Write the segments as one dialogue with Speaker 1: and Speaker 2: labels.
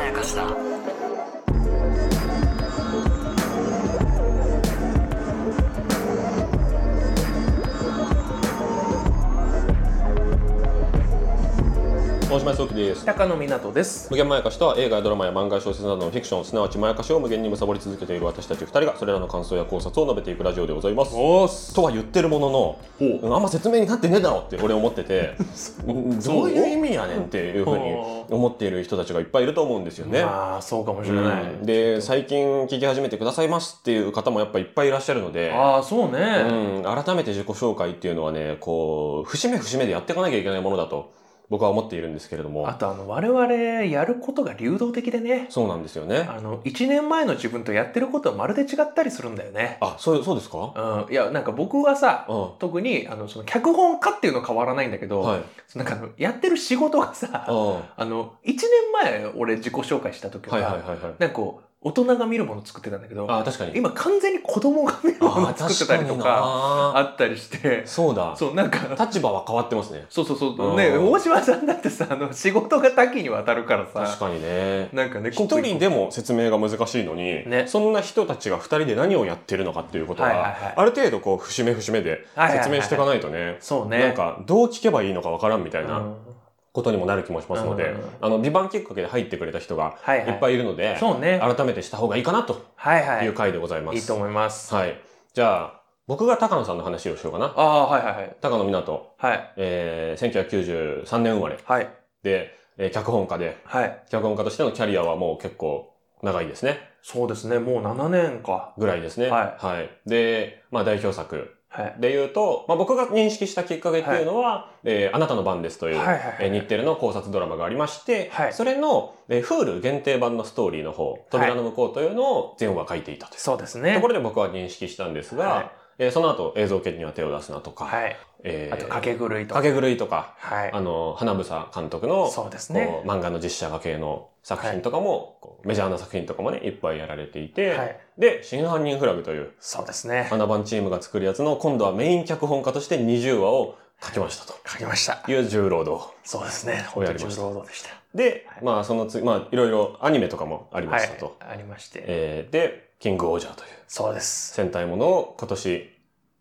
Speaker 1: やかしだ
Speaker 2: 大島康之です
Speaker 3: 高野湊です
Speaker 2: 無限まやかしとは映画やドラマや漫画や小説などのフィクションすなわちまやかしを無限に貪り続けている私たち2人がそれらの感想や考察を述べていくラジオでございます
Speaker 3: おーす
Speaker 2: とは言ってるもののうんあんま説明になってねえだろって俺思ってて うんどういう意味やねんっていうふうに思っている人たちがいっぱいいると思うんですよね。
Speaker 3: ああそうかもしれ
Speaker 2: う
Speaker 3: ない、
Speaker 2: んで最近聞き始めてくださいますっていう方もやっぱいっぱいいらっしゃるので、
Speaker 3: ああそう
Speaker 2: う
Speaker 3: ね、
Speaker 2: ん、改めて自己紹介っていうのはねこう節目節目でやっていかなきゃいけないものだと僕は思っているんですけれども
Speaker 3: あとあの我々やることが流動的でね
Speaker 2: そうなんですよね。
Speaker 3: あの1年前の自分とやってることはまるで違ったりするんだよね、
Speaker 2: あそうそうですか、
Speaker 3: うん、いやなんか僕はさ、
Speaker 2: うん
Speaker 3: 特にあのその脚本家っていうのは変わらないんだけど、
Speaker 2: はい
Speaker 3: なんかあのやってる仕事がさ、
Speaker 2: うん
Speaker 3: あの1年前俺自己紹介した時は,、
Speaker 2: はいはいはいはい。
Speaker 3: なんかこう大人が見るもの作ってたんだけど
Speaker 2: あ確かに。
Speaker 3: 今完全に子供が見るもの
Speaker 2: あ
Speaker 3: 作って
Speaker 2: 確
Speaker 3: た
Speaker 2: か
Speaker 3: りと
Speaker 2: に
Speaker 3: か
Speaker 2: な。
Speaker 3: あったりして
Speaker 2: そうだ。
Speaker 3: そうなんか
Speaker 2: 立場は変わってますね。
Speaker 3: そうそうそううんね大島さんだってさあの仕事が多岐にわたるから
Speaker 2: 確
Speaker 3: さ
Speaker 2: かにね。
Speaker 3: なんかね
Speaker 2: 一
Speaker 3: 刻一
Speaker 2: 人
Speaker 3: 刻
Speaker 2: でも説明が難しいのに、
Speaker 3: ね
Speaker 2: そんな人たちが二人で何をやってるのかっていうことは、
Speaker 3: はいはいはい
Speaker 2: ある程度こう節目節目で
Speaker 3: はいはいはい
Speaker 2: 説明していかないとね、
Speaker 3: そうね
Speaker 2: なんかどう聞けばいいのかわからんみた
Speaker 3: う
Speaker 2: い
Speaker 3: ん
Speaker 2: なことにもなる気もしますので、
Speaker 3: うん
Speaker 2: あの美版きっかけで入ってくれた人が
Speaker 3: はい
Speaker 2: い
Speaker 3: はい
Speaker 2: っぱいいるので、
Speaker 3: そうね
Speaker 2: 改めてした方がいいかなと
Speaker 3: はいはい
Speaker 2: いう回でございます。
Speaker 3: いいと思います
Speaker 2: はい。じゃあ僕が高野さんの話をしようかな。
Speaker 3: ああはいはいはい
Speaker 2: 高野湊
Speaker 3: はい
Speaker 2: えー、1993年生まれ
Speaker 3: はい
Speaker 2: で、えー脚本家で、
Speaker 3: はい
Speaker 2: 脚本家としてのキャリアはもう結構長いですね。
Speaker 3: そうですねもう7年か
Speaker 2: ぐらいですね。。
Speaker 3: はい
Speaker 2: で、まあ代表作
Speaker 3: はい
Speaker 2: で言うと、まあ僕が認識したきっかけっていうのは、えーあなたの番ですという、
Speaker 3: はいはいはい
Speaker 2: えー日テレの考察ドラマがありまして、
Speaker 3: はい
Speaker 2: それの、えー、Hulu 限定版のストーリーの方、扉の向こうというのを全話書いていたという。
Speaker 3: そうですね
Speaker 2: ところで僕は認識したんですが、
Speaker 3: はい
Speaker 2: えーその後映像権には手を出すなとか、
Speaker 3: はい
Speaker 2: えー
Speaker 3: あと掛け狂いとか
Speaker 2: かけ狂いとか、
Speaker 3: はい
Speaker 2: あの、花房監督の
Speaker 3: そうですね
Speaker 2: こう漫画の実写画系の作品とかも、こうメジャーな作品とかもね、いっぱいやられていて、
Speaker 3: はい
Speaker 2: で、新犯人フラグという、
Speaker 3: そうですね
Speaker 2: 花番チームが作るやつの、今度はメイン脚本家として20話を書きましたと
Speaker 3: 書きました
Speaker 2: いう重労働。
Speaker 3: そうですね
Speaker 2: こ
Speaker 3: 本
Speaker 2: う
Speaker 3: 当
Speaker 2: やり
Speaker 3: に
Speaker 2: ま
Speaker 3: 重
Speaker 2: した
Speaker 3: 労働でした
Speaker 2: で、
Speaker 3: はい
Speaker 2: まあ、その次、まあ、いろいろアニメとかもありま
Speaker 3: は
Speaker 2: した
Speaker 3: い
Speaker 2: と。
Speaker 3: ありまして
Speaker 2: えーで、キングオージャーという
Speaker 3: そうです
Speaker 2: 戦隊ものを今年、一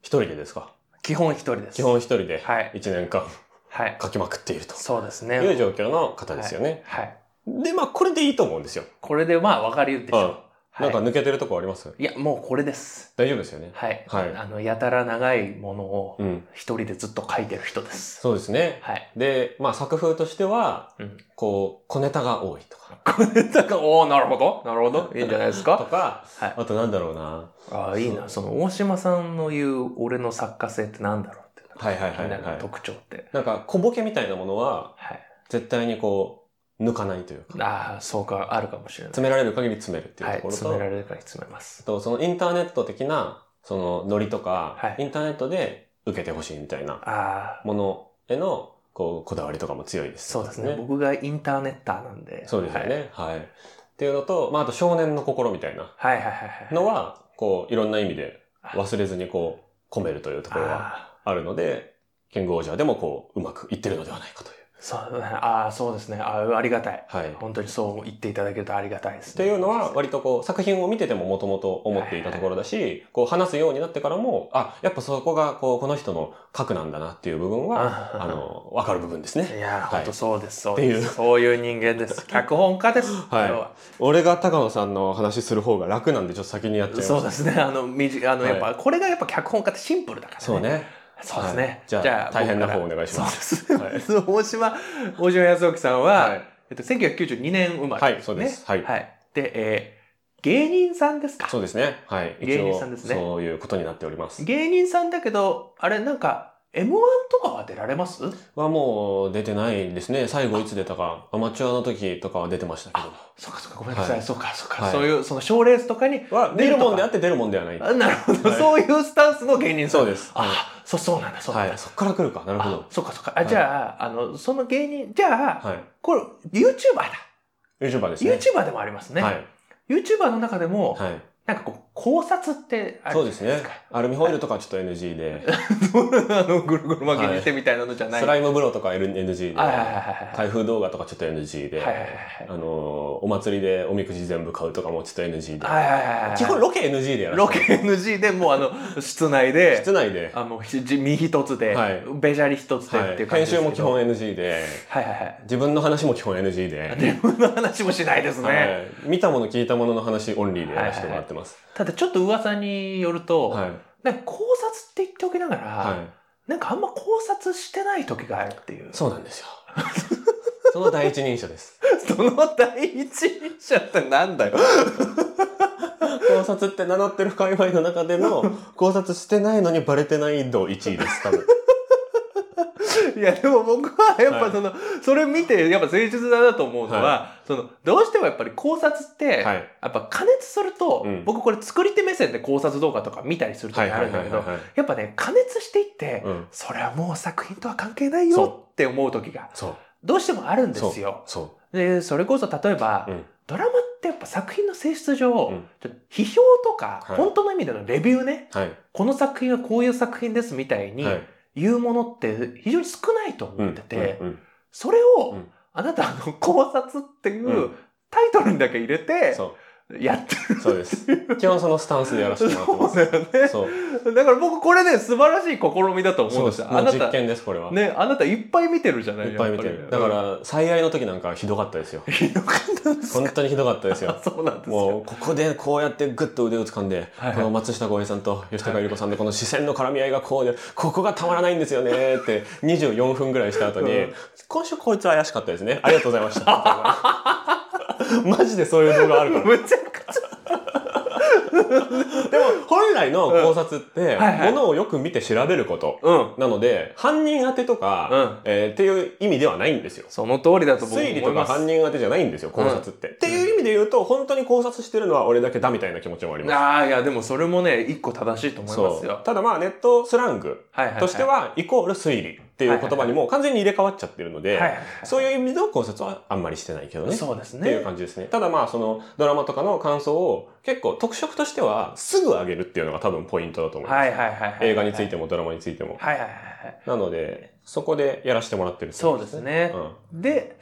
Speaker 2: 人でですか
Speaker 3: 基本一人です
Speaker 2: 基本一人で
Speaker 3: はい
Speaker 2: 1年間
Speaker 3: はい
Speaker 2: 書きまくっていると
Speaker 3: そうです
Speaker 2: いう
Speaker 3: ね
Speaker 2: 状況の方ですよね。
Speaker 3: はい
Speaker 2: で、まあ、これでいいと思うんですよ。
Speaker 3: これでまあ分かるでしょ
Speaker 2: う
Speaker 3: うん
Speaker 2: なんか
Speaker 3: は
Speaker 2: 抜けてるとこあります
Speaker 3: いいやもうこれです
Speaker 2: 大丈夫ですよね。
Speaker 3: はい
Speaker 2: はい
Speaker 3: あのやたら長いものを
Speaker 2: うん。
Speaker 3: 一人でずっと書いてる人です
Speaker 2: そうですね。
Speaker 3: はい
Speaker 2: で、まあ作風としては、
Speaker 3: うん
Speaker 2: こう、小ネタが多いとか。
Speaker 3: だからおおなるほどなるほどいいんじゃないで す
Speaker 2: と
Speaker 3: か
Speaker 2: か、
Speaker 3: はい
Speaker 2: あとなんだろうな。
Speaker 3: ああいいなその大島さんの言う俺の作家性ってなんだろうっていうのが
Speaker 2: はいはい
Speaker 3: 気
Speaker 2: はい
Speaker 3: にな
Speaker 2: は
Speaker 3: る
Speaker 2: い。
Speaker 3: 特徴って
Speaker 2: なんか小ボケみたいなものは、
Speaker 3: はい
Speaker 2: 絶対にこう、抜かないというか、
Speaker 3: ああそうかあるかもしれない
Speaker 2: 詰められる限り詰めるっていう
Speaker 3: は
Speaker 2: と
Speaker 3: い
Speaker 2: ころと、
Speaker 3: 詰められるから詰めます
Speaker 2: あとそのインターネット的な、そのノリとか、
Speaker 3: はい
Speaker 2: インターネットで受けてほしいみたいな
Speaker 3: ああ
Speaker 2: ものへの、こう、こだわりとかも強いです。
Speaker 3: そうですね僕がインターネッターなんで
Speaker 2: そうですよね。はい。っていうのと、まああと少年の心みたいな。
Speaker 3: はいはいはいはい
Speaker 2: のは、こう、いろんな意味で
Speaker 3: はい
Speaker 2: 忘れずにこう、込めるというところは
Speaker 3: ああ
Speaker 2: あるので、キングオージャーでもこう、うまくいってるのではないかという。
Speaker 3: そうああそうですねああありがたい
Speaker 2: はい。っ
Speaker 3: 本当にそう言っていただけるとありがたいです、
Speaker 2: て
Speaker 3: ね、
Speaker 2: いうのは、割とこう、作品を見ててももともと思っていたところだし、こう、話すようになってからも、あ、やっぱそこが、こう、この人の核なんだなっていう部分は、
Speaker 3: あ
Speaker 2: あの、わかる部分です
Speaker 3: い
Speaker 2: ね。
Speaker 3: やー、
Speaker 2: はい
Speaker 3: 本当そうですそう
Speaker 2: っていう
Speaker 3: ですそういう人間 です脚本家です、
Speaker 2: はい
Speaker 3: 要は
Speaker 2: 俺が高野さんの話する方が楽なんで、ちょっと先にやっちゃいます。
Speaker 3: そうですねあのみじあの、
Speaker 2: はい
Speaker 3: やっぱこれがやっぱ脚本家ってシンプルだからね
Speaker 2: そうね。
Speaker 3: そうですね、
Speaker 2: はいじゃあ大変な方お願いします
Speaker 3: そう
Speaker 2: は
Speaker 3: で
Speaker 2: い
Speaker 3: す、大島大島康之さんは、
Speaker 2: はい
Speaker 3: えっと、1992年生まれ、ね、
Speaker 2: はいそうですはい
Speaker 3: で、えー芸人さんですか
Speaker 2: そうですね。はい。一
Speaker 3: 芸人
Speaker 2: 応
Speaker 3: さんで、すね
Speaker 2: そういうことになっております。
Speaker 3: 芸人さんだけどあれなんか m 1とかは出られます
Speaker 2: はもう出てないですね。最後いつ出たか、アマチュアの時とかは出てましたけど。
Speaker 3: そうかそうかごめんなさい、
Speaker 2: はい
Speaker 3: そうかそうか、
Speaker 2: はい
Speaker 3: そういうその賞レースとかに
Speaker 2: は出
Speaker 3: 出る
Speaker 2: る
Speaker 3: とか
Speaker 2: もんであって出るもんではない。
Speaker 3: あなるほど、
Speaker 2: はい
Speaker 3: そういうスタンスの芸人さん
Speaker 2: そうです。は
Speaker 3: あそうそうなんだ
Speaker 2: い。
Speaker 3: そうな
Speaker 2: は
Speaker 3: ん
Speaker 2: い
Speaker 3: だ、
Speaker 2: そっから来るか。なるほ
Speaker 3: あ
Speaker 2: ど。
Speaker 3: そうかそうか
Speaker 2: は
Speaker 3: あ
Speaker 2: い
Speaker 3: じゃあ,、あのその芸人じゃあ
Speaker 2: はい。
Speaker 3: これ YouTuber だ
Speaker 2: YouTuber ですね。
Speaker 3: YouTuber でもありますね、
Speaker 2: はい。
Speaker 3: YouTuber の中でも、
Speaker 2: はい。
Speaker 3: なんかこう、考察ってあ
Speaker 2: そ
Speaker 3: る
Speaker 2: う
Speaker 3: じ
Speaker 2: で
Speaker 3: ゃ
Speaker 2: す
Speaker 3: な
Speaker 2: ね
Speaker 3: いですか。
Speaker 2: アルミホイルとかはちょっと NG で、
Speaker 3: あの、ぐるぐる巻きにしてみたいなのじゃない。
Speaker 2: スライムブローとか NG で、
Speaker 3: はいはいはい
Speaker 2: 開
Speaker 3: はい。
Speaker 2: 封動画とかちょっと NG で、
Speaker 3: はいはいはい
Speaker 2: あのーお祭りでおみくじ全部買うとかもちょっと NG で、
Speaker 3: はいはいはいはい。
Speaker 2: 基本ロケ NG でやら
Speaker 3: ロ
Speaker 2: せ
Speaker 3: ケ
Speaker 2: て
Speaker 3: NG でもうあの、室内で、
Speaker 2: 室内で、
Speaker 3: あの、ひじ身一つで、
Speaker 2: はい
Speaker 3: ベジャリ一つで
Speaker 2: は
Speaker 3: ってい
Speaker 2: い、
Speaker 3: う感
Speaker 2: 編
Speaker 3: じで
Speaker 2: 集
Speaker 3: すけど。
Speaker 2: も基。本 NG で、
Speaker 3: はいはいはい。
Speaker 2: 自分の話も基本 NG で、
Speaker 3: 自分の話もしないですね。
Speaker 2: はい、見たもの聞いたものの話オンリーでやらせてもらってます。
Speaker 3: ただちょっと噂によると、
Speaker 2: はい、
Speaker 3: なんか考察って言っておきながら、
Speaker 2: はい、
Speaker 3: なんかあんま考察してない時があるっていう。
Speaker 2: そうなんです よ。その第一人者です。
Speaker 3: その第一人者ってなんだよ。
Speaker 2: 考察って名乗ってる界隈の中での考察してないのにバレてない度1位です多分
Speaker 3: いや、でも僕はやっ
Speaker 2: は
Speaker 3: ぱ
Speaker 2: い
Speaker 3: その、それ見てやっぱ誠実だなと思うのは、
Speaker 2: は
Speaker 3: その、どうしてもやっぱり考察って、
Speaker 2: はい
Speaker 3: やっぱ加熱すると、
Speaker 2: うん
Speaker 3: 僕これ作り手目線で考察動画とか見たりする時あるんだけど、
Speaker 2: はい
Speaker 3: やっぱね、加熱していって、
Speaker 2: うん
Speaker 3: それはもう作品とは関係ない
Speaker 2: そ
Speaker 3: よって思う時が、
Speaker 2: そう
Speaker 3: どうしてもあるんですよ。
Speaker 2: そ
Speaker 3: で、それこそ例えば、
Speaker 2: うん
Speaker 3: ドラマってやっぱ作品の性質上、
Speaker 2: うん
Speaker 3: ちょっと批評とか、
Speaker 2: はい
Speaker 3: 本当の意味でのレビューね、
Speaker 2: うはい
Speaker 3: この作品はこういう作品ですみたいに
Speaker 2: はい
Speaker 3: 言うものって非常に少ないと
Speaker 2: う
Speaker 3: 思っ
Speaker 2: ん
Speaker 3: てて、
Speaker 2: うんうん
Speaker 3: それを、
Speaker 2: うん
Speaker 3: あなたあの考察っていう、
Speaker 2: うん
Speaker 3: タイトルにだけ入れて、
Speaker 2: そ
Speaker 3: やって
Speaker 2: うそうです基本そのスタンスでやらせ
Speaker 3: る。
Speaker 2: てもらってま
Speaker 3: そ
Speaker 2: す
Speaker 3: うだよね。
Speaker 2: そう
Speaker 3: だから僕これね、素晴らしい試みだと思
Speaker 2: そううんで
Speaker 3: です
Speaker 2: す
Speaker 3: よ。
Speaker 2: も
Speaker 3: あ
Speaker 2: う
Speaker 3: な
Speaker 2: 実
Speaker 3: た、
Speaker 2: 験ですこれは、
Speaker 3: ね、あなたいっぱい見てるじゃない
Speaker 2: いっぱい見て
Speaker 3: や
Speaker 2: る
Speaker 3: ぱ
Speaker 2: だ
Speaker 3: り
Speaker 2: から最愛の時なんかひどかったです よ
Speaker 3: ひどかったんです
Speaker 2: 本当にひどかったですよ
Speaker 3: あ そうなんです
Speaker 2: も
Speaker 3: よ。
Speaker 2: うここでこうやってグッと腕を掴んで、
Speaker 3: はいはい
Speaker 2: この松下洸平さんと吉高由里子さんでこの視線の絡み合いがこうでここがたまらないんですよねって24分ぐらいした後に、
Speaker 3: うん
Speaker 2: 今週こいつ怪しかったですねありがとうございました マジでそういう動画あ るから
Speaker 3: めちゃくち
Speaker 2: でも本来の考察って、
Speaker 3: んはいは
Speaker 2: も
Speaker 3: い
Speaker 2: のをよく見て調べること
Speaker 3: ゃ。うん。
Speaker 2: なので犯人当てとか、えーっていう意味ではないんですよ
Speaker 3: その通りだと僕も
Speaker 2: 推
Speaker 3: 思
Speaker 2: 理
Speaker 3: い
Speaker 2: とか
Speaker 3: ます。
Speaker 2: 犯人当てじゃないんですよ考察って、っていう意味で言うと本当に考察してるのは俺だけだみたいな気持ちもあります
Speaker 3: ああ、いや、でもそれもね、一個正しいと思います
Speaker 2: そう
Speaker 3: よ。
Speaker 2: ただまあネットスラング
Speaker 3: はいはい、はい。
Speaker 2: としてはイコール推理っていう言葉にもう完全に入れ替わっちゃってるので、
Speaker 3: はいはいはい
Speaker 2: そういう意味での考察はあんまりしてないけどね
Speaker 3: そうです
Speaker 2: っていう
Speaker 3: ね。
Speaker 2: 感じですねただまあそのドラマとかの感想を結構特色としてはすぐ上げるっていうのが多分ポイントだと思います、
Speaker 3: はいはいはいはい。
Speaker 2: 映画についてもドラマについても、
Speaker 3: はいはいはいはい。
Speaker 2: なのでそこでやらせてもらってるって
Speaker 3: そ
Speaker 2: こ
Speaker 3: う
Speaker 2: と
Speaker 3: ですね。
Speaker 2: うん
Speaker 3: で、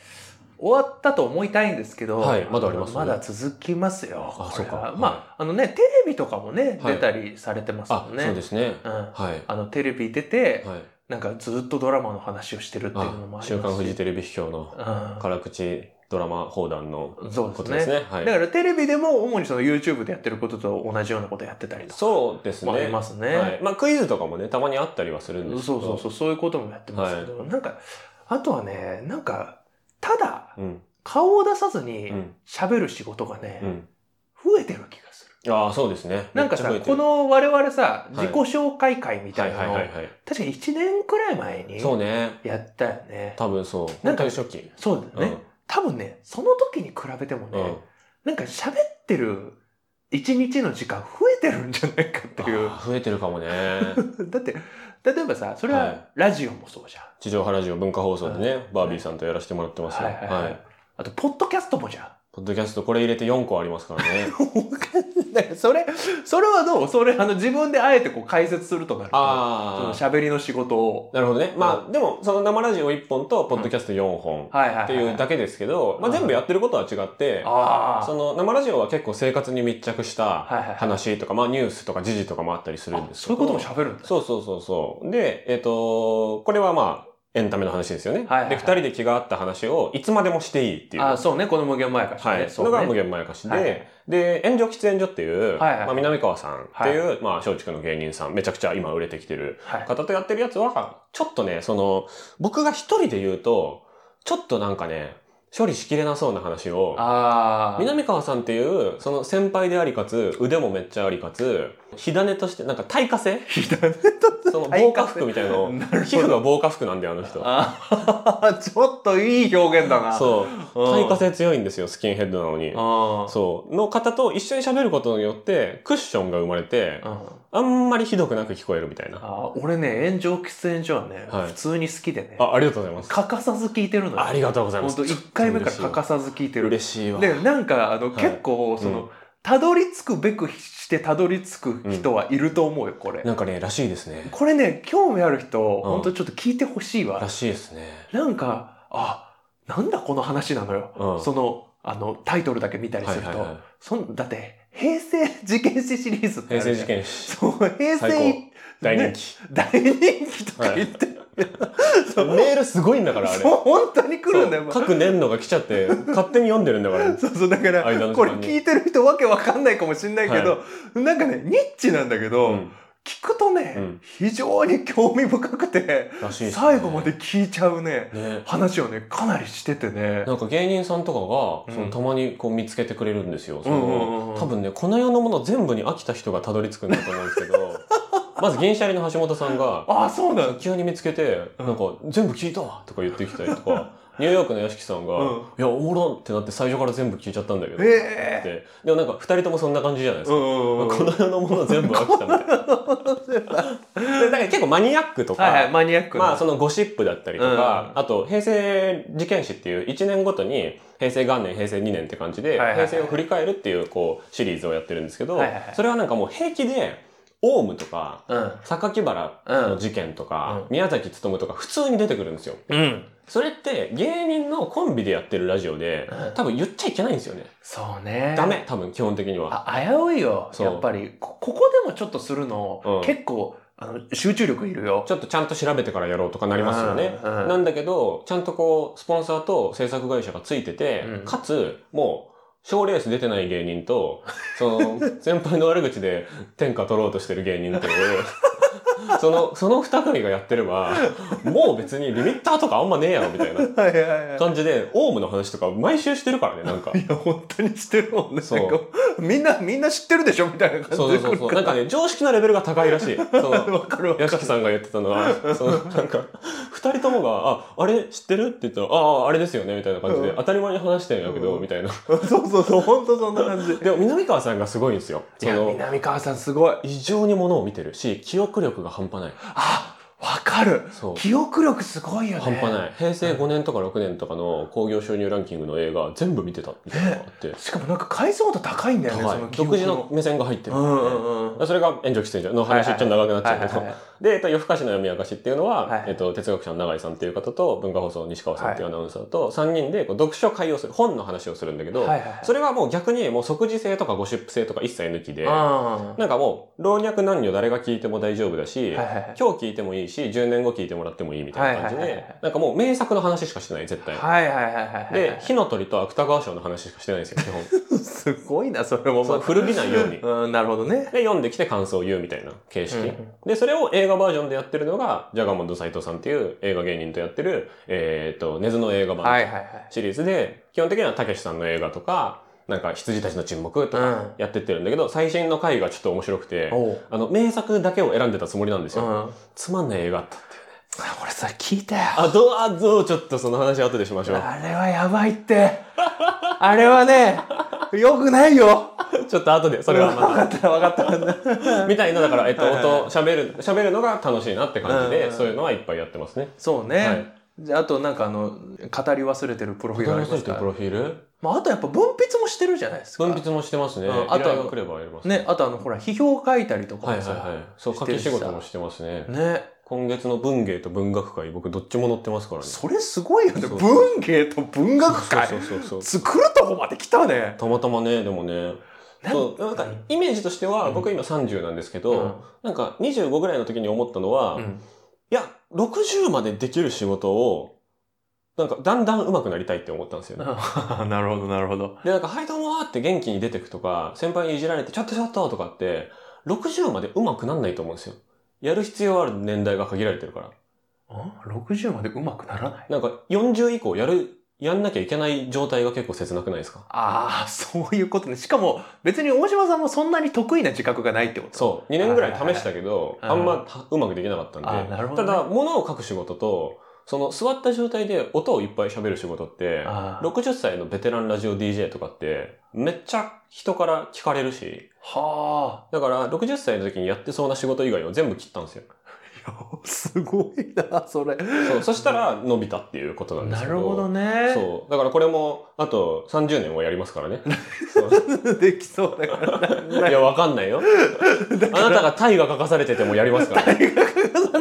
Speaker 3: 終わったと思いたいんですけど、
Speaker 2: はいまだあります
Speaker 3: まだ続きます
Speaker 2: あ
Speaker 3: よ。これは
Speaker 2: そうかはい
Speaker 3: まあ、あのね、テレビとかもね、
Speaker 2: はい
Speaker 3: 出たりされてます
Speaker 2: あ
Speaker 3: もんね。
Speaker 2: そうですね、
Speaker 3: うん。
Speaker 2: はい
Speaker 3: あの、テレビ出て、
Speaker 2: はい
Speaker 3: なんかずっとドラマの話をしてるってい
Speaker 2: あ
Speaker 3: うのもありますし。
Speaker 2: 週刊フジテレビ秘境の辛口ドラマ放談の
Speaker 3: うん。そう
Speaker 2: こ
Speaker 3: です
Speaker 2: と
Speaker 3: ね。
Speaker 2: ですねはい
Speaker 3: だからテレビでも主にその YouTube でやってることと同じようなことやってたりとか
Speaker 2: そうですね。
Speaker 3: ありますね。
Speaker 2: はい。まあクイズとかもね、たまにあったりはするんですけ
Speaker 3: そ
Speaker 2: ど。
Speaker 3: うそうそう、そういうこともやってますけど、なんか、あとはね、なんか、ただ、
Speaker 2: う。うん。
Speaker 3: 顔を出さずに
Speaker 2: うん。
Speaker 3: 喋る仕事がね、
Speaker 2: うん。
Speaker 3: 増えてる気がする。
Speaker 2: ああ、そうですね。
Speaker 3: なんかさ、
Speaker 2: めっちゃ増えて
Speaker 3: こ
Speaker 2: る、
Speaker 3: の我々さ、
Speaker 2: い
Speaker 3: 自己紹介会みた
Speaker 2: はいいは
Speaker 3: ないの、
Speaker 2: はいはい。
Speaker 3: 確かに1年くらい前に
Speaker 2: そうね。
Speaker 3: やったよね。
Speaker 2: 多分そう。な
Speaker 3: な
Speaker 2: んん
Speaker 3: か
Speaker 2: か初期。
Speaker 3: そうだよね、多分ね、その時に比べても
Speaker 2: う
Speaker 3: ね、
Speaker 2: ん。うん。
Speaker 3: なんか喋ってる一日の時間増えてるんじゃないかっていう。
Speaker 2: あー増えてるか もね。
Speaker 3: だって、例えばさ、それ
Speaker 2: は
Speaker 3: はいラジオもそうじゃん。
Speaker 2: 地上波ラジオ文化放送で
Speaker 3: はい
Speaker 2: ね、バービーさんとやらせてもらってますよ。
Speaker 3: はいはいはい
Speaker 2: はい。
Speaker 3: あと、ポッドキャストも じゃ
Speaker 2: ポッドキャストこれ入れて4個ありますから ね。
Speaker 3: ん。だからそれ、それはどうそれ、あの、自分であえてこう解説するとか、その
Speaker 2: ああ。
Speaker 3: 喋りの仕事を。
Speaker 2: なるほどね。まあ、でも、その生ラジオ1本と、ポッドキャスト4本
Speaker 3: はいはい、はい。
Speaker 2: っていうだけですけど、まあ全部やってることは違って、
Speaker 3: あ
Speaker 2: その生ラジオは結構生活に密着した
Speaker 3: はいはいはい
Speaker 2: 話とか、まあニュースとか時事とかもあったりす
Speaker 3: あ。
Speaker 2: るんですけ
Speaker 3: そうい
Speaker 2: ど。
Speaker 3: うことも喋るんだ。
Speaker 2: そうそうそうそう。で、えっ、と、これはまあ、エンタメの話ですよね。
Speaker 3: はいはいはい
Speaker 2: で、二人で気が合った話をいつまでもしていいっていう。
Speaker 3: ああ、そうね。この無限前から、ね。
Speaker 2: はい。そ
Speaker 3: そ
Speaker 2: うれ
Speaker 3: ね。
Speaker 2: が無限まやかしで、
Speaker 3: はい
Speaker 2: で、炎上喫煙所っていう、
Speaker 3: はいはい
Speaker 2: まあ、南川さんっていう、まあ、松竹の芸人さん、めちゃくちゃ今売れてきてる
Speaker 3: はい。
Speaker 2: 方とやってるやつは、ちょっとね、その、僕が一人で言うと、ちょっとなんかね、処理しきれなそうな話を、
Speaker 3: ああ。
Speaker 2: 南川さんっていうその先輩でありかつ腕もめっちゃありかつ火種としてなんか耐火 性その防火服みたいなの
Speaker 3: なるほど
Speaker 2: 皮膚が防火服なんだよあの人
Speaker 3: ああ、 ちょっといい表現だな。う。
Speaker 2: そう
Speaker 3: うん
Speaker 2: 耐火性強いんですよスキンヘッドなのに
Speaker 3: ああ。
Speaker 2: そうの方と一緒に喋ることによってクッションが生まれて
Speaker 3: うん
Speaker 2: あんまりひどくなく聞こえるみたいな
Speaker 3: あー俺ね炎上喫煙所はね、
Speaker 2: はい
Speaker 3: 普通に好きでね
Speaker 2: あありがとうございます
Speaker 3: 欠かさず聞いてるの
Speaker 2: ありがとうございます
Speaker 3: 本当一1回目から欠かさず聞いてる
Speaker 2: 嬉しいわ
Speaker 3: でなんかあの、
Speaker 2: い
Speaker 3: 結構その、
Speaker 2: う
Speaker 3: たどり着くべくしてたどり着く人はいると思うよこれ、
Speaker 2: なんかねらしいですね
Speaker 3: これね興味ある人、ほんとちょっと聞いてほしいわ
Speaker 2: らしいですね
Speaker 3: なんかあなんだこの話なのよ、
Speaker 2: うん
Speaker 3: そのあのタイトルだけ見たりすると、
Speaker 2: はいはいはい
Speaker 3: そんだって平成事件史シリーズってあ
Speaker 2: 平
Speaker 3: るじゃ
Speaker 2: 成
Speaker 3: ん
Speaker 2: 事件史
Speaker 3: そう平成
Speaker 2: 最高大人
Speaker 3: ね
Speaker 2: 気、
Speaker 3: 大人気とか言って、そう
Speaker 2: メールすごいんだからあれ
Speaker 3: そう本当に来るん だよ、
Speaker 2: そう各年度が来ちゃ って勝手に読んでるんだから
Speaker 3: そうそうだから
Speaker 2: 間の時間に
Speaker 3: これ聞いてる人わけわかんないかもしれないけど、なんかねニッチなんだけど、
Speaker 2: うん
Speaker 3: 聞くとね、
Speaker 2: うん
Speaker 3: 非常に興味深くて
Speaker 2: らしいですね
Speaker 3: 最後まで聞いちゃうね
Speaker 2: ね
Speaker 3: 話をねかなりしててね
Speaker 2: なんか芸人さんとかが、
Speaker 3: うん
Speaker 2: そのたまにこう見つけてくれるんですよ。そ
Speaker 3: うんうんうんう
Speaker 2: の
Speaker 3: ん
Speaker 2: 多分ねこの世のもの全部に飽きた人がたどり着くんだと思うんですけ どまず銀シャリの橋本さんが
Speaker 3: ああそうなん
Speaker 2: 急に見つけて「
Speaker 3: うん
Speaker 2: なんか全部聞いたわ」とか言ってきたりと かニューヨークの屋敷さんが「
Speaker 3: うん
Speaker 2: いやおもろん」ってなって最初から全部聞いちゃったんだけど、
Speaker 3: ええ
Speaker 2: ってでもなんか2人ともそんな感じじゃないです
Speaker 3: う
Speaker 2: か。
Speaker 3: んうんうん
Speaker 2: この世のもの全部飽きたみたいな。でだから結構マニアックとか、
Speaker 3: はいはいマニアックな、
Speaker 2: まあそのゴシップだったりとか、
Speaker 3: う
Speaker 2: あと平成事件史っていう1年ごとに平成元年平成2年って感じで
Speaker 3: はいはいは
Speaker 2: 平
Speaker 3: い
Speaker 2: 成を振り返るっていうこうシリーズをやってるんですけど
Speaker 3: はいはいはい
Speaker 2: それはなんかもう平気でオウムとか
Speaker 3: うん
Speaker 2: 榊原の事件とか
Speaker 3: うん
Speaker 2: 宮崎勤とか普通に出てくるんですよ。
Speaker 3: うん
Speaker 2: それって芸人のコンビでやってるラジオで
Speaker 3: うん
Speaker 2: 多分言っちゃいけないんですよね。
Speaker 3: そうね
Speaker 2: ダメ多分基本的には。
Speaker 3: あ危ういよ
Speaker 2: そう
Speaker 3: やっぱりこここでもちょっとするの、
Speaker 2: うん
Speaker 3: 結構あの集中力いるよ
Speaker 2: ちょっとちゃんと調べてからやろうとかなりますよね。
Speaker 3: うんうん
Speaker 2: なんだけど、ちゃんとこう、スポンサーと制作会社がついてて、
Speaker 3: うん
Speaker 2: かつ、もう、賞レース出てない芸人 と、その、先輩の悪口で天下取ろうとしてる芸人っていう、 その、その二組がやってれば、もう別にリミッターとかあんまねえやろ、みたいな
Speaker 3: はいはいはい
Speaker 2: 感じで、オウムの話とか毎週してるからね、なん か。
Speaker 3: いや本当にしてるもんね
Speaker 2: そう
Speaker 3: なんかみんなみんな知ってるでしょみたいな
Speaker 2: そ
Speaker 3: 感
Speaker 2: う
Speaker 3: じで
Speaker 2: そうそう。
Speaker 3: 来
Speaker 2: な
Speaker 3: る
Speaker 2: ん
Speaker 3: か
Speaker 2: かね、常識のレベルが高いらしい。そ
Speaker 3: ら
Speaker 2: の
Speaker 3: わかるわ
Speaker 2: 矢崎さんが言ってたの は、そのなんか、二人ともが、あ、あれ知ってるって言ったら、ああ、あれですよねみたいな感じで、
Speaker 3: うん
Speaker 2: 当たり前に話してるんだけど、
Speaker 3: うん
Speaker 2: みたいな。
Speaker 3: そうそうそう本当そんな感じ
Speaker 2: でも、南川さんがすごいんですよ。
Speaker 3: い
Speaker 2: そ
Speaker 3: や
Speaker 2: の、
Speaker 3: 南川さんすごい
Speaker 2: 異常に物を見てるし、記憶力が半端ない。
Speaker 3: あわかる
Speaker 2: そう。
Speaker 3: 記憶力すごいよね
Speaker 2: 半端ない。平成5年とか6年とかの興行収入ランキングの映画、全部見てたみたいなのがあって、
Speaker 3: しかもなんか解像度高いんだよね
Speaker 2: 高
Speaker 3: そ
Speaker 2: い
Speaker 3: の。記
Speaker 2: 独
Speaker 3: 憶
Speaker 2: 自の目線が入ってる
Speaker 3: う。んうんうん
Speaker 2: それが炎上喫煙所の話、ちょっと長くなっちゃうけど
Speaker 3: はいはいはいはいはい。
Speaker 2: で、えっと、夜更かしの読み明かしっていうのは、
Speaker 3: はいはい
Speaker 2: えっと、哲学者の永井さんっていう方と、文化放送の西川さんっていうア
Speaker 3: は
Speaker 2: ナウンサーと、3人でこう読書会をする、本の話をするんだけど、
Speaker 3: はいはいはい
Speaker 2: それはもう逆にもう即時性とかゴシップ性とか一切抜きで、
Speaker 3: あ
Speaker 2: なんかもう、老若男女誰が聞いても大丈夫だし、
Speaker 3: ーはいはいはい
Speaker 2: 今日聞いてもいいし、10年後聞いてもらってもいいみたいな感じで、
Speaker 3: はいはいはいはい
Speaker 2: なんかもう名作の話しかしてない、絶対。
Speaker 3: はいはいはいはいはい
Speaker 2: で、火の鳥と芥川賞の話しかしてないんですよ、基本。
Speaker 3: すごいなそれも
Speaker 2: そう古びないように。
Speaker 3: うんなるほどね
Speaker 2: で、読んできて感想を言うみたいな形式。
Speaker 3: うんうん
Speaker 2: で、それを映画バージョンでやってるのが、ジャガモンド斎藤さんっていう映画芸人とやってる、えっ、と、根津の映画
Speaker 3: は
Speaker 2: 版
Speaker 3: いはいはい
Speaker 2: シリーズで、基本的にはたけしさんの映画とか、なんか羊たちの沈黙と
Speaker 3: う
Speaker 2: か
Speaker 3: ん
Speaker 2: やってってるんだけど、最新の回がちょっと面白くて、
Speaker 3: おう
Speaker 2: あの、名作だけを選んでたつもりなんです
Speaker 3: う
Speaker 2: よ。
Speaker 3: ん
Speaker 2: つまんない映画あった。
Speaker 3: 俺さ聞いたよ
Speaker 2: あ、どう、あ、どう、ちょっとその話後でしましょう。
Speaker 3: あれはやばいって。あれはね、よくないよ。
Speaker 2: ちょっと後で、それはまた。
Speaker 3: 分かった分かっ た。
Speaker 2: みたいな、だから、えっと、
Speaker 3: はいはいはい
Speaker 2: 音、喋る、喋るのが楽しいなって感じ
Speaker 3: うんうん
Speaker 2: で、
Speaker 3: うん
Speaker 2: そういうのはいっぱいやってますね。
Speaker 3: そうね。
Speaker 2: はい
Speaker 3: じゃああとなんかあの語り忘れてるプロフィールありますか
Speaker 2: プロフィール
Speaker 3: まあ、あとやっぱ文筆もしてるじゃないですか
Speaker 2: 分筆もしてますね。
Speaker 3: うん
Speaker 2: あ
Speaker 3: あ
Speaker 2: と
Speaker 3: とは
Speaker 2: は来ればやります。
Speaker 3: ねあとあのほら批評書いたりとか
Speaker 2: はい
Speaker 3: も
Speaker 2: はい
Speaker 3: さ、
Speaker 2: はい。そう、
Speaker 3: し
Speaker 2: 書
Speaker 3: て
Speaker 2: き
Speaker 3: るし
Speaker 2: 仕
Speaker 3: さ
Speaker 2: 事もしてますね。
Speaker 3: ね
Speaker 2: 今月の文芸と文学界、僕どっちも載ってますからね。
Speaker 3: それすごいよね
Speaker 2: そう
Speaker 3: 文芸と文学界
Speaker 2: そうそうそうそう。
Speaker 3: 作るとこまで来たね
Speaker 2: たまたまね、でもね。そう、なんかイメージとしては、僕今30なんですけど、なんか25ぐらいの時に思ったのは、
Speaker 3: う
Speaker 2: い
Speaker 3: ん
Speaker 2: や、60までできる仕事を、なんかだんだん上手く なりたいって思ったんですよね。
Speaker 3: なるほどなるほど
Speaker 2: で、なんか、はい、どうもーって元気に出てくとか、先輩にいじられて、ちょっとちょっととかって、60までうまくなんないと思うんですよ。やる必要ある年代が限られてるから。
Speaker 3: あ60までうまくならない
Speaker 2: なんか、40以降やる、やんなきゃいけない状態が結構切なくないですか
Speaker 3: ああそういうことねしかも別に大島さんもそんなに得意な自覚がないってこと
Speaker 2: そう。2年ぐらい試したけど、
Speaker 3: はい
Speaker 2: あ
Speaker 3: はい
Speaker 2: んまうまくできなかったんで。
Speaker 3: あーなるほど
Speaker 2: た
Speaker 3: ね
Speaker 2: だ、物を書く仕事と、その座った状態で音をいっぱい喋る仕事って、
Speaker 3: あー
Speaker 2: 60歳のベテランラジオ DJ とかって、めっちゃ人から聞かれるし、
Speaker 3: は
Speaker 2: だから60歳の時にやってそうな仕事以外を全部切ったんですよ。
Speaker 3: あ すごいな、それ。
Speaker 2: そうそしたら伸びたっていうことなんです
Speaker 3: な
Speaker 2: けど
Speaker 3: るほどね。
Speaker 2: そうだからこれもあと30年はやります からねそう
Speaker 3: できそうだから。ない
Speaker 2: やわかんないよあなたがタイが書かされててもやりますからね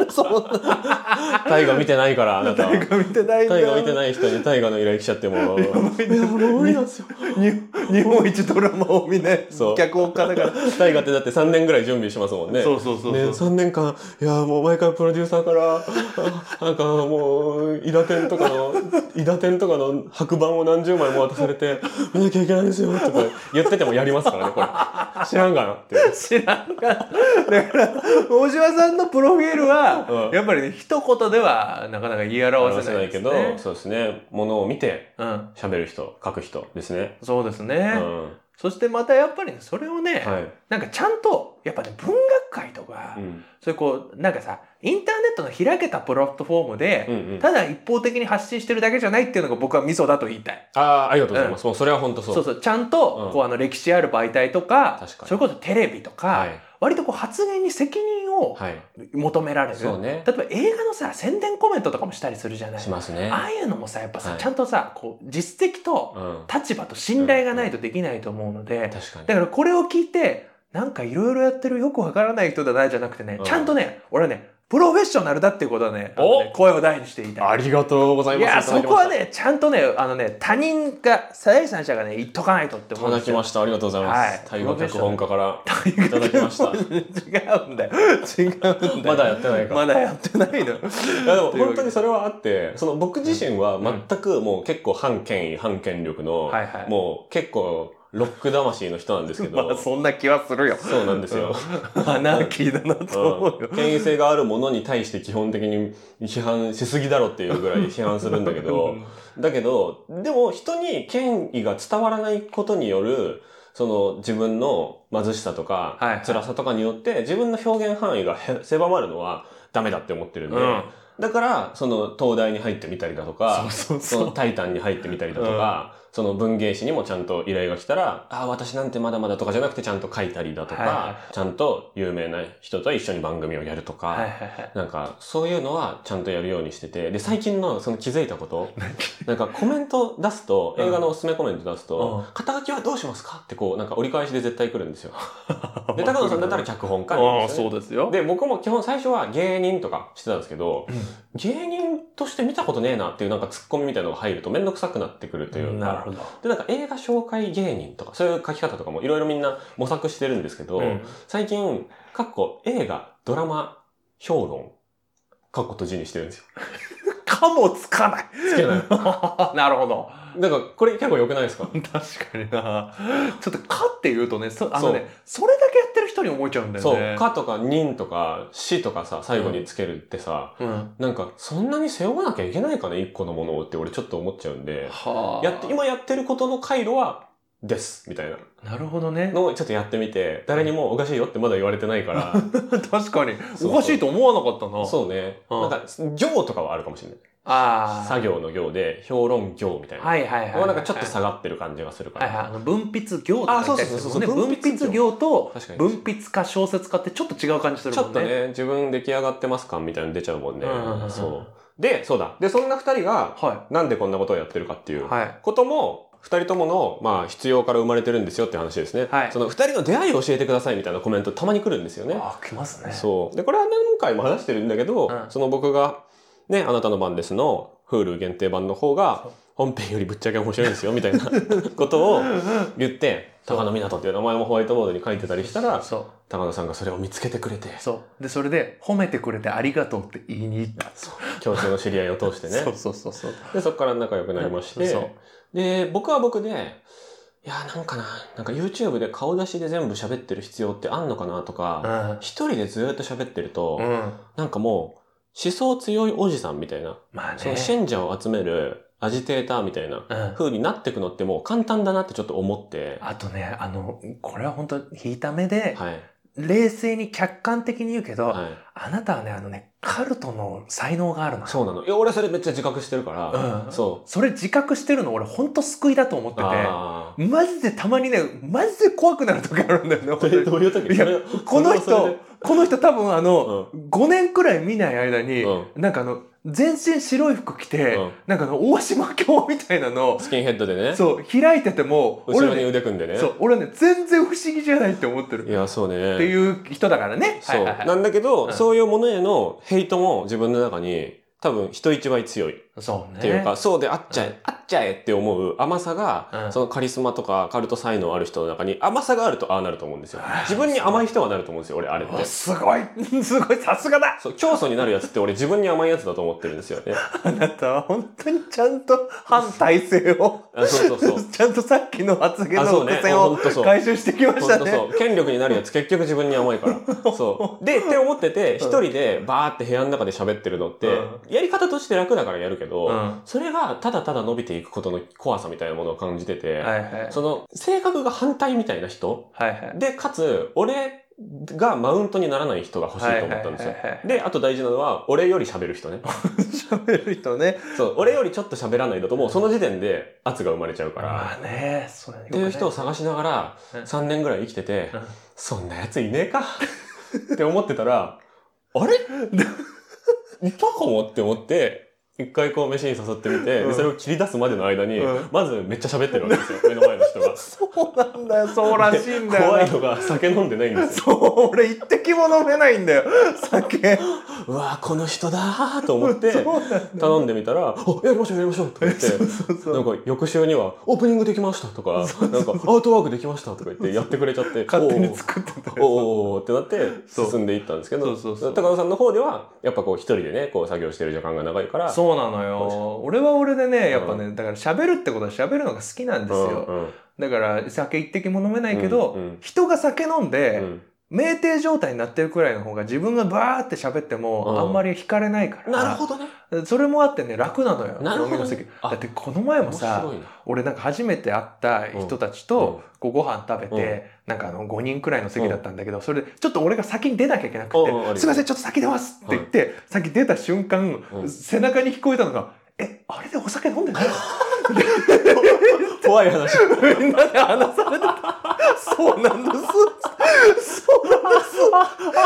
Speaker 3: そんな
Speaker 2: タイが見てないからあなたは
Speaker 3: 誰か見てないんだ
Speaker 2: タイが見てない人にタイがの依頼来ちゃっても
Speaker 3: いやばいなに日本一ドラマを見ない
Speaker 2: そう
Speaker 3: 脚本家だから。
Speaker 2: タイガって だって3年ぐらい準備しますもんね
Speaker 3: そうそうそうそう
Speaker 2: ね、3年間いやもう毎回プロデューサーから あなんかもう伊田天とかの伊田天とかの白板を何十枚も渡されて見なきゃいけないんですよとか言っててもやりますからねこれ知らんがなって
Speaker 3: 知らんかだから大島さんのプロフィールは、
Speaker 2: うん
Speaker 3: やっぱりね一言ではなかなか言い表せないです、ね、
Speaker 2: 表けどそうですねものを見て
Speaker 3: うん、
Speaker 2: 喋る人書く人ですね
Speaker 3: そうです
Speaker 2: う
Speaker 3: ね、
Speaker 2: んは
Speaker 3: そしてまたやっぱりねそれをね、
Speaker 2: い、
Speaker 3: なんかちゃんとやっぱね文学界とか、
Speaker 2: うん、
Speaker 3: そういうこうなんかさインターネットの開けたプラットフォーム
Speaker 2: う
Speaker 3: で、
Speaker 2: んうん
Speaker 3: ただ一方的に発信してるだけじゃないっていうのが僕はミソだと言いたい。
Speaker 2: ああありがとうございます、もうそれは本当そ
Speaker 3: そううそうちゃんと
Speaker 2: うん
Speaker 3: こうあの歴史ある媒体とか,、
Speaker 2: 確かに
Speaker 3: それこそテレビとか、
Speaker 2: はい
Speaker 3: 割とこう発言に責任を
Speaker 2: はい
Speaker 3: 求められる、
Speaker 2: そうね
Speaker 3: 例えば映画のさ宣伝コメントとかもしたりするじゃない
Speaker 2: しますね
Speaker 3: ああいうのもさやっぱさ、
Speaker 2: はい
Speaker 3: ちゃんとさこう実績と
Speaker 2: うん
Speaker 3: 立場と信頼がないとできないと思うので、
Speaker 2: 確かに
Speaker 3: だからこれを聞いてなんかいろいろやってるよくわからない人だなじゃなくてね、
Speaker 2: うん
Speaker 3: ちゃんとね俺はねプロフェッショナルだっていうことはねあのね声を大にして言いたい。
Speaker 2: ありがとうござい
Speaker 3: い
Speaker 2: ます
Speaker 3: や
Speaker 2: いただきまし
Speaker 3: そ
Speaker 2: た
Speaker 3: こはねちゃんとねあのね他人が第三者がね言っとかないとって
Speaker 2: い
Speaker 3: 思
Speaker 2: た
Speaker 3: うん
Speaker 2: だ
Speaker 3: です
Speaker 2: き
Speaker 3: よ
Speaker 2: ました。ありがとうございます。
Speaker 3: はい
Speaker 2: 大河脚本家から。
Speaker 3: い
Speaker 2: ただきま した
Speaker 3: 違うんだよ。違うんだよ。
Speaker 2: まだやってないか
Speaker 3: まだやってないの。
Speaker 2: いやでも本当にそれはあって、その僕自身は全くもう結構反権威、反権力の、
Speaker 3: はいはい
Speaker 2: もう結構ロック魂の人なんですけど、
Speaker 3: まあそんな気はするよ。
Speaker 2: そうなんですよ。
Speaker 3: アナーキーだなと思うよ。
Speaker 2: 権威性があるものに対して基本的に批判しすぎだろっていうぐらい批判するんだけど、だけど、でも人に権威が伝わらないことによる、その自分の貧しさとか
Speaker 3: はいはい、
Speaker 2: 辛さとかによって自分の表現範囲がへ狭まるのはダメだって思ってるんで、
Speaker 3: うん
Speaker 2: だから、その東大に入ってみたりだとか、
Speaker 3: そうそう
Speaker 2: そ
Speaker 3: そ
Speaker 2: の
Speaker 3: う。
Speaker 2: タイタンに入ってみたりだとか、その文芸誌にもちゃんと依頼が来たら、ああ、私なんてまだまだとかじゃなくてちゃんと書いたりだとか、
Speaker 3: はいは
Speaker 2: ちゃんと有名な人と一緒に番組をやるとか、
Speaker 3: はいはいはい。
Speaker 2: なんかそういうのはちゃんとやるようにしてて、で、最近のその気づいたこと、 なんかコメント出すと、
Speaker 3: うん
Speaker 2: 映画のおすすめコメント出すと、
Speaker 3: う
Speaker 2: 肩書きはどうしますかってこう、なんか折り返しで絶対来るんです よ。で、高野さんだったら脚本家なん
Speaker 3: あ
Speaker 2: で
Speaker 3: あ
Speaker 2: すよね
Speaker 3: そうですよ。
Speaker 2: で、僕も基本最初は芸人とかしてたんですけど、
Speaker 3: うん
Speaker 2: 芸人として見たことねえなっていうなんかツッコミみたいなのが入るとめんどくさくなってくるというか、
Speaker 3: なるほど。
Speaker 2: で、なんか映画紹介芸人とか、そういう書き方とかもいろいろみんな模索してるんですけど、
Speaker 3: うん
Speaker 2: 最近、かっこ映画、ドラマ、評論、かっこ閉じにしてるんですよ。
Speaker 3: かもつかない。
Speaker 2: つけない。
Speaker 3: なるほど。
Speaker 2: なんかこれ結構良くないですか
Speaker 3: 確かにな。ちょっとかって言うとね、そあのねそれだけやってる人に思えちゃうんだよ
Speaker 2: そう
Speaker 3: ね。、。
Speaker 2: かとか人とか死とかさ、最後につけるってさ、
Speaker 3: うん。
Speaker 2: なんかそんなに背負わなきゃいけないかね、一個のものをって俺ちょっと思っちゃうんで。
Speaker 3: はあ。
Speaker 2: やって、今やってることの回路は、です、みたいな
Speaker 3: なるほどね。
Speaker 2: のをちょっとやってみて、誰にもおかしいよってまだ言われてないから、
Speaker 3: 確かに
Speaker 2: そう
Speaker 3: おかしいと思わなかったな。
Speaker 2: そうね、
Speaker 3: うん
Speaker 2: なんか、行とかはあるかもしれない。
Speaker 3: ああ。
Speaker 2: 作業の行で、評論行みたいな。
Speaker 3: はいはいはいはい。
Speaker 2: ここなんかちょっと下がってる感じがするか
Speaker 3: はい
Speaker 2: ら。
Speaker 3: はい、あの文筆業とか
Speaker 2: あそうそうそうそう
Speaker 3: 書いてあるもんね
Speaker 2: 文
Speaker 3: 文
Speaker 2: 筆業
Speaker 3: 筆業と
Speaker 2: 確かに。
Speaker 3: 文筆家小説家ってちょっと違う感じする
Speaker 2: ちょ
Speaker 3: も
Speaker 2: っ
Speaker 3: ん
Speaker 2: と
Speaker 3: ね。
Speaker 2: ね、自分出来上がってます感みたいなの出ちゃうもんね
Speaker 3: うんうんうんう。ん
Speaker 2: そう。で、そうだ。で、そんな二人が、
Speaker 3: は
Speaker 2: なんでこんなことをやってるかってい
Speaker 3: い。
Speaker 2: う
Speaker 3: はい。
Speaker 2: ことも、二人ともの、まあ、必要から生まれてるんですよって話ですね。
Speaker 3: はい
Speaker 2: その二人の出会いを教えてくださいみたいなコメントたまに来るんですよね。
Speaker 3: あー、来ますね。
Speaker 2: そう。で、これは何回も話してるんだけど、
Speaker 3: うん
Speaker 2: その僕が、ね、あなたの番ですの、Hulu 限定版の方が
Speaker 3: そう、
Speaker 2: 本編よりぶっちゃけ面白いんですよ、みたいなことを言って、
Speaker 3: そう
Speaker 2: 高野湊っていう名前もホワイトボードに書いてたりしたら、
Speaker 3: そ
Speaker 2: 高野さんがそれを見つけてくれて
Speaker 3: う。、そう。で、それで、褒めてくれてありがとうって言いに行った。そ
Speaker 2: 共通の知り合いを通して
Speaker 3: う
Speaker 2: ね。
Speaker 3: そうそうそうそう。
Speaker 2: で、そこから仲良くなりまして、
Speaker 3: そう
Speaker 2: で、僕は僕で、いや、なんかな、なんか YouTube で顔出しで全部喋ってる必要ってあんのかなと
Speaker 3: う
Speaker 2: か、
Speaker 3: ん。
Speaker 2: 一人でずーっと喋ってると、
Speaker 3: うん。
Speaker 2: なんかもう、思想強いおじさんみたいな、
Speaker 3: まあ
Speaker 2: その
Speaker 3: ね。
Speaker 2: 信者を集めるアジテーターみたいな
Speaker 3: うん。
Speaker 2: 風になってくのってもう簡単だなってちょっと思って、
Speaker 3: あとね、あの、これは本当引いた目で、
Speaker 2: はい。
Speaker 3: 冷静に客観的に言うけど、
Speaker 2: はい。
Speaker 3: あなたはね、あのね、カルトの才能があるの。
Speaker 2: そうなの。いや、俺それめっちゃ自覚してるから、
Speaker 3: うん
Speaker 2: そう。
Speaker 3: それ自覚してるの俺本当救いだと思ってて。
Speaker 2: あ
Speaker 3: マジでたまにね、マジで怖くなる時あるんだよね
Speaker 2: あ。どう
Speaker 3: 本
Speaker 2: いう時
Speaker 3: いや
Speaker 2: それ
Speaker 3: 当に。この人、この人多分あの、5年くらい見ない間に、
Speaker 2: うん
Speaker 3: なんかあの、全身白い服着て、
Speaker 2: うん
Speaker 3: なんかあの、大島教みたいなの、
Speaker 2: スキンヘッドでね
Speaker 3: そう、開いてても、
Speaker 2: 後ろ
Speaker 3: 俺
Speaker 2: に
Speaker 3: ね、
Speaker 2: 腕組んでね
Speaker 3: そう、俺ね、全然不思議じゃないって思ってる。
Speaker 2: いやそうね
Speaker 3: っていう人だからね。
Speaker 2: そう、
Speaker 3: はいはいはい
Speaker 2: なんだけど、
Speaker 3: うん
Speaker 2: そういうものへのヘイトも自分の中に多分人一倍強いっ
Speaker 3: そうね。
Speaker 2: ていうか、そうであっちゃえ、
Speaker 3: うん
Speaker 2: あっちゃえって思う甘さが、
Speaker 3: うん
Speaker 2: そのカリスマとかカルト才能ある人の中に甘さがあるとああなると思うんですよ自分に甘い人はなると思うんですよ俺あれって
Speaker 3: あすごい すごいさすがだ
Speaker 2: そう教祖になるやつって俺自分に甘いやつだと思ってるんですよ ね
Speaker 3: あなたは本当にちゃんと反体制を、
Speaker 2: あそうそうそう
Speaker 3: ちゃんとさっきの発言
Speaker 2: あ
Speaker 3: の
Speaker 2: そうね
Speaker 3: 伏線を
Speaker 2: ほんとそう
Speaker 3: 回収してきまし
Speaker 2: ほ
Speaker 3: た
Speaker 2: んと
Speaker 3: ね。
Speaker 2: そう権力になるやつ結局自分に甘いから そうでって思ってて一人でバーって部屋の中で喋ってるのって、
Speaker 3: う
Speaker 2: やり方として楽だからやるけど、
Speaker 3: うんは
Speaker 2: それがただただ伸びていくことの怖さみたいなものを感じてて、
Speaker 3: いはい。
Speaker 2: その性格が反対みたいな人
Speaker 3: はいはい。
Speaker 2: で、かつ俺がマウントにならない人が欲しいと思ったんですよ
Speaker 3: はい。はいはいはい
Speaker 2: で、あと大事なのは、俺より喋る人 ね。
Speaker 3: 喋る人ね。
Speaker 2: そう、俺よりちょっと喋らないだともうその時点で圧が生まれちゃうから。
Speaker 3: まあね、それよくね
Speaker 2: っていう人を探しながら
Speaker 3: うん
Speaker 2: 3年ぐらい生きてて
Speaker 3: うん、
Speaker 2: そんなやついねえか って思ってたら、あれ いたかもって思って、一回こう飯に誘ってみて、
Speaker 3: う
Speaker 2: で
Speaker 3: ん
Speaker 2: それを切り出すまでの間に
Speaker 3: うん、。
Speaker 2: まずめっちゃ喋ってるわけですよ、目の前の人が
Speaker 3: そうなんだよ、そうらしいんだよな。
Speaker 2: 怖いのが酒飲んでないん ですよ。
Speaker 3: そう、俺一滴も飲めないんだよ、酒。
Speaker 2: うわぁ、この人だーと思って、
Speaker 3: そうなんだよ
Speaker 2: 頼んでみた ら、おやりましょうやりましょうとか言って、
Speaker 3: そうそ
Speaker 2: なんか
Speaker 3: う。
Speaker 2: 翌週にはオープニングできましたとか、なんかアートワークできましたとか言ってやってくれちゃって、
Speaker 3: 勝手
Speaker 2: お
Speaker 3: に
Speaker 2: ー
Speaker 3: 作ってた
Speaker 2: おー
Speaker 3: よ。
Speaker 2: おーおーってなって
Speaker 3: そう
Speaker 2: 進んでいったんですけど、
Speaker 3: そうそうそう
Speaker 2: 高野さんの方では、やっぱこう一人でね、こう作業してる時間が長いから、
Speaker 3: そうなのよ。俺は俺でね、やっぱね、だから喋るってことは喋るのが好きなんですよ。
Speaker 2: うんうん
Speaker 3: だから酒一滴も飲めないけど、
Speaker 2: うんうん
Speaker 3: 人が酒飲んで、
Speaker 2: うん
Speaker 3: 酩酊状態になってるくらいの方が自分がバーって喋っても、
Speaker 2: うん
Speaker 3: あんまり惹かれないから
Speaker 2: なるほどね。
Speaker 3: それもあってね楽なのよ
Speaker 2: なるほど
Speaker 3: 飲みの席
Speaker 2: あ
Speaker 3: だってこの前も
Speaker 2: 面白
Speaker 3: さ
Speaker 2: いな。
Speaker 3: 俺なんか初めて会った人たちと、こうご飯食べて、なんかあの5人くらいの席だったんだけど、それでちょっと俺が先に出なきゃいけなくて「
Speaker 2: うんうんあるよね
Speaker 3: すいませんちょっと先出ます」って言って、先出た瞬間、
Speaker 2: うん
Speaker 3: 背中に聞こえたのが「えあれでお酒飲んでない?」
Speaker 2: 怖い 話。
Speaker 3: みんなで話されてた。 そうなんです。そうな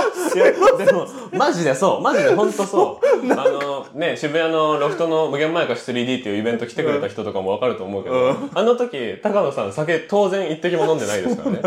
Speaker 3: んです。
Speaker 2: いやでもマジでそうマジで本当そうあのね渋谷のロフトの無限前か 3D っていうイベント来てくれた人とかもわかると思うけど、
Speaker 3: う
Speaker 2: あの時高野さん酒当然一滴も飲んでないですから ね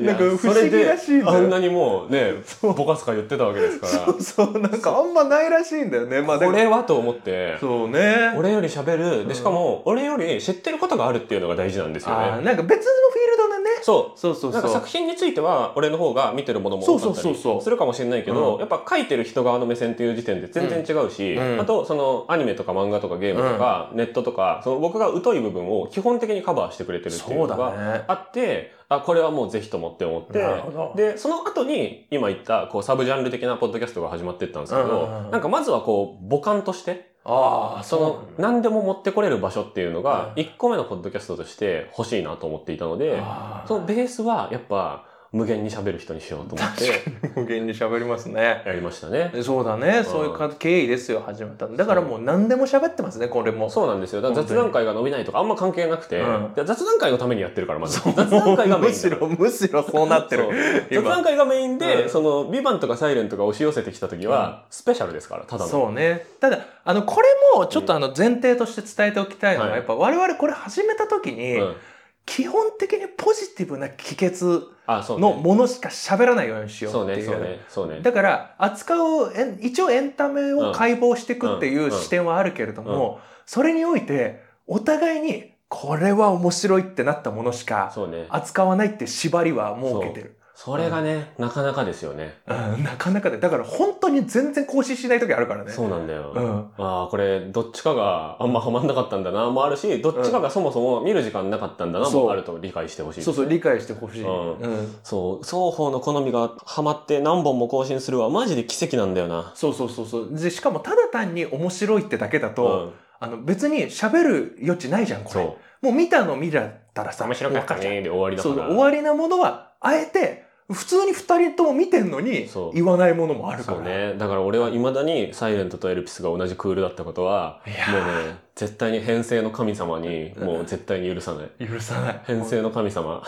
Speaker 2: いや
Speaker 3: なんか不思議らしいんだ
Speaker 2: それ
Speaker 3: よ
Speaker 2: であんなにもうねぼかすか言ってたわけですから
Speaker 3: そうそう、なんかあんまないらしいんだよね。まあ、で
Speaker 2: こ
Speaker 3: も
Speaker 2: れはと思って
Speaker 3: そうね。
Speaker 2: 俺より喋るでしかも俺より知ってることがあるっていうのが大事なんですよ
Speaker 3: あー
Speaker 2: ね
Speaker 3: なんか別のフィールドでね。
Speaker 2: そう
Speaker 3: そうそう
Speaker 2: なんか作品については俺の方が見てるものも多かった
Speaker 3: そうそう
Speaker 2: り
Speaker 3: そうそう
Speaker 2: するかもしれないけ
Speaker 3: う
Speaker 2: ど
Speaker 3: ん
Speaker 2: やっぱ書いてる人側の目線っていう時点で全然違うし、
Speaker 3: うんうん
Speaker 2: あとそのアニメとか漫画とかゲームとかネットとかその僕が疎い部分を基本的にカバーしてくれてるっていう
Speaker 3: そ
Speaker 2: の
Speaker 3: う
Speaker 2: が
Speaker 3: だね。
Speaker 2: あってあこれはもうぜひともって思って
Speaker 3: なるほど
Speaker 2: でその後に今言ったこうサブジャンル的なポッドキャストが始まってったんですけど、
Speaker 3: うんうんうん
Speaker 2: なんかまずはこう母感として
Speaker 3: ああ、
Speaker 2: そ
Speaker 3: そう
Speaker 2: の
Speaker 3: なんだ。
Speaker 2: 何でも持ってこれる場所っていうのが
Speaker 3: うん
Speaker 2: 1個目のポッドキャストとして欲しいなと思っていたので。
Speaker 3: あー
Speaker 2: そのベースはやっぱ無限に喋る人にしようと思って
Speaker 3: 確かに無限に喋りますね。
Speaker 2: やりましたね。
Speaker 3: そうだね。そういうか経緯ですよ、始めたのだからもう何でも喋ってますね、これも。
Speaker 2: そうなんですよ。だから雑談会が伸びないとかあんま関係なくて、
Speaker 3: うん
Speaker 2: で雑談会のためにやってるからまず雑談会がメイ
Speaker 3: む
Speaker 2: ン
Speaker 3: し
Speaker 2: だから
Speaker 3: ろ、むしろそうなってる。
Speaker 2: 雑談会がメインで、
Speaker 3: うん
Speaker 2: その「ビバンとか「サイレンとか押し寄せてきた時は、スペシャルですからただの。
Speaker 3: そうねただあのこれもちょっとあの前提として伝えておきたいのは、
Speaker 2: はい
Speaker 3: やっぱ我々これ始めた時に、
Speaker 2: うん
Speaker 3: 基本的にポジティブな帰結
Speaker 2: あそう
Speaker 3: の
Speaker 2: ね。
Speaker 3: ものしか喋らないようにしよ
Speaker 2: そう
Speaker 3: うって
Speaker 2: ね
Speaker 3: いう
Speaker 2: そうねそうね。
Speaker 3: だから扱うえん一応エンタメを解剖していくっていううん視点はあるけれども、
Speaker 2: うん
Speaker 3: それにおいてお互いにこれは面白いってなったものしか
Speaker 2: そうね。
Speaker 3: 扱わないって縛りは設けてる。
Speaker 2: それがね、なかなかですよね。
Speaker 3: うんなかなかで、だから本当に全然更新しない時あるからね。
Speaker 2: そうなんだよ。
Speaker 3: うん
Speaker 2: ああこれどっちかがあんまハマんなかったんだなもあるしどっちかがそもそも見る時間なかったんだな
Speaker 3: そう
Speaker 2: もあると理解してほしいです
Speaker 3: そうそう、理解してほしい。
Speaker 2: うん
Speaker 3: うん
Speaker 2: そう、双方の好みがハマって何本も更新するはマジで奇跡なんだよな。
Speaker 3: そうそうそうそう。で、しかもただ単に面白いってだけだ
Speaker 2: ん、
Speaker 3: と、あの別に喋る余地ないじゃん、これ。
Speaker 2: そ
Speaker 3: もう見たの見らったら
Speaker 2: う。
Speaker 3: さ、
Speaker 2: 面白かった
Speaker 3: わるじゃん
Speaker 2: ねで終わりだか
Speaker 3: そう
Speaker 2: ら。
Speaker 3: そう、終わりなものは、あえて、普通に二人とも見てんのに
Speaker 2: そ、う
Speaker 3: 言わないものもあるか
Speaker 2: そう
Speaker 3: ら。
Speaker 2: ね。だから俺は未だにサイレントとエルピスが同じクールだったことは、
Speaker 3: い
Speaker 2: もう
Speaker 3: や
Speaker 2: ね、絶対に編成の神様に、もう絶対に許さない。
Speaker 3: ー許さない。
Speaker 2: 編成の神様。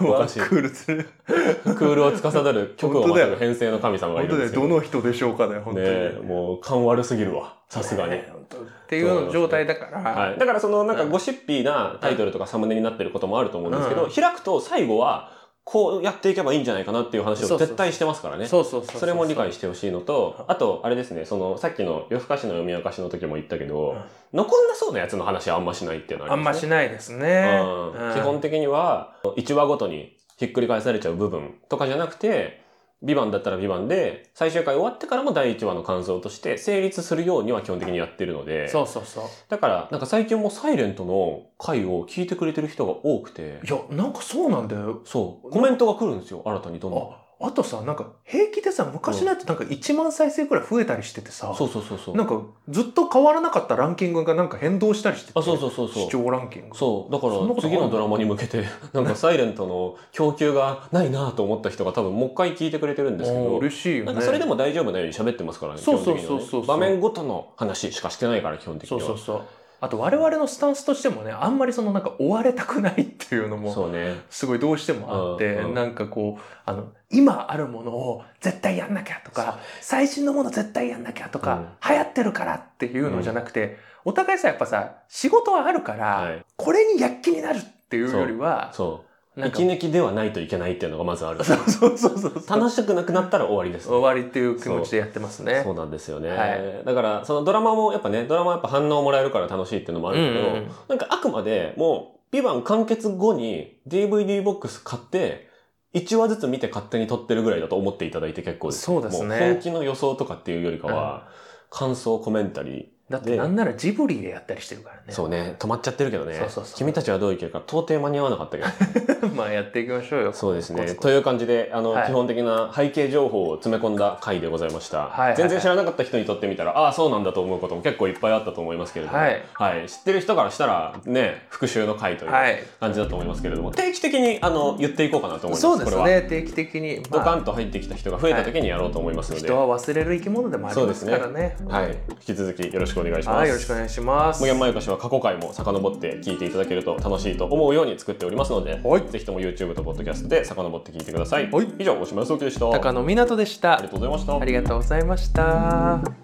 Speaker 2: お
Speaker 3: ワ
Speaker 2: か
Speaker 3: ン
Speaker 2: し
Speaker 3: ク
Speaker 2: い
Speaker 3: ー ルする。
Speaker 2: クールを司る曲をまたぐ編成の神様がいる
Speaker 3: 本当
Speaker 2: んで
Speaker 3: ね、
Speaker 2: すけど
Speaker 3: どの人でしょうかね、本当に。
Speaker 2: ねえもう勘悪すぎるわさすがに
Speaker 3: ね。本当っていう状態だから、
Speaker 2: はい、だからそのなんかゴシッピーなタイトルとかサムネになってることもあると思うんですけど、
Speaker 3: うん
Speaker 2: 開くと最後はこうやっていけばいいんじゃないかなっていう話
Speaker 3: そ
Speaker 2: を
Speaker 3: うそう
Speaker 2: 絶対してますからね。
Speaker 3: そうそうそうう
Speaker 2: それも理解してほしいのと
Speaker 3: そう、
Speaker 2: あと、あれですね、その、さっきの夜更かしの読み明かしの時も言ったけど、
Speaker 3: うん
Speaker 2: 残んなそうなやつの話はあんましないっていうのは
Speaker 3: あんまし
Speaker 2: な
Speaker 3: ないですね、うん
Speaker 2: 基本的には、1話ごとにひっくり返されちゃう部分とかじゃなくて、ビバンだったらビバンで、最終回終わってからも第1話の感想として成立するようには基本的にやってるので、
Speaker 3: そうそうそう
Speaker 2: だから、なんか最近もサイレントの回を聞いてくれてる人が多くて、
Speaker 3: いやなんかそうなんだよ
Speaker 2: そう、コメントが来るんですよ、新たにどんどん。
Speaker 3: ああとさなんか平気でさ昔のやつなんか1万再生くらい増えたりしててさ、
Speaker 2: そうそうそうそう。
Speaker 3: なんかずっと変わらなかったランキングがなんか変動したりしてて
Speaker 2: あ、そうそうそうそう
Speaker 3: 視。聴ランキング
Speaker 2: そう。だか
Speaker 3: そんな
Speaker 2: ら、
Speaker 3: ことある
Speaker 2: 次のドラマに向けて、 なんか、サイレントの供給がないなと思った人が多分、もう一回聞いてくれてるんですけ
Speaker 3: あー
Speaker 2: ど、
Speaker 3: 嬉しいよね
Speaker 2: なんか、それでも大丈夫なように喋ってますからね、
Speaker 3: そうそう
Speaker 2: 基本的にはね
Speaker 3: そうそうそう
Speaker 2: 場面ごとの話しかしてないから、基本的に
Speaker 3: そう
Speaker 2: は。
Speaker 3: そうそうあと我々のスタンスとしてもねあんまりそのなんか追われたくないっていうのも
Speaker 2: そうね。
Speaker 3: すごいどうしてもあって、
Speaker 2: うんうん
Speaker 3: なんかこうあの今あるものを絶対やんなきゃとか最新のもの絶対やんなきゃとか、流行ってるからっていうのじゃなくて、お互いさやっぱさ仕事はあるから、
Speaker 2: はい。
Speaker 3: これに躍起になるっていうよりは
Speaker 2: そう。
Speaker 3: なんか
Speaker 2: 息抜きではないといけないっていうのがまずある。
Speaker 3: そうそうそうそう
Speaker 2: 楽しくなくなったら終わりですね、
Speaker 3: 終わりっていう気持ちでやってますね。
Speaker 2: そうなんですよね、
Speaker 3: はい
Speaker 2: だからそのドラマもやっぱねドラマはやっぱ反応もらえるから楽しいっていうのもあるけど、
Speaker 3: うんうんうん
Speaker 2: なんかあくまでもう「ビバン完結後に DVD ボックス買って1話ずつ見て勝手に撮ってるぐらいだと思っていただいて結構です、
Speaker 3: そうですね
Speaker 2: もう本気の予想とかっていうよりかは、感想コメンタリ
Speaker 3: だってなんならジブリでやったりしてるから
Speaker 2: ー、
Speaker 3: ね。
Speaker 2: そうね止まっちゃってるけどね
Speaker 3: そうそうそう
Speaker 2: 君たちはどう生きるか到底間に合わなか ったけど
Speaker 3: まあやっていきましょうよ。
Speaker 2: そうです
Speaker 3: コツ
Speaker 2: ね
Speaker 3: コツ
Speaker 2: という感じであの、
Speaker 3: はい
Speaker 2: 基本的な背景情報を詰め込んだ回でございました、
Speaker 3: はいはいはい
Speaker 2: 全然知らなかった人にとってみたらああそうなんだと思うことも結構いっぱいあったと思いますけれども、
Speaker 3: はい
Speaker 2: 知ってる人からしたらね復習の回という
Speaker 3: はい
Speaker 2: 感じだと思いますけれども、定期的にあの言っていこうかなと思います
Speaker 3: そうです
Speaker 2: これは
Speaker 3: ね。定期的に。
Speaker 2: ド
Speaker 3: まあ
Speaker 2: カンと入ってきた人が増えた時にやろうと思いますので、
Speaker 3: 人は忘れる生き物でもありますからね。
Speaker 2: はい引き続きよろしくお願いします。
Speaker 3: はい、よろしくお願いします。
Speaker 2: 無限まゆかしは過去回も遡って聞いていただけると楽しいと思うように作っておりますので、
Speaker 3: はい
Speaker 2: ぜひとも YouTube と Podcast で遡って聞いてください。
Speaker 3: はい
Speaker 2: 以上、大島康之でした。
Speaker 3: 高野湊斗でし
Speaker 2: あ
Speaker 3: た
Speaker 2: りが。とうございました
Speaker 3: あ。りがとうございました。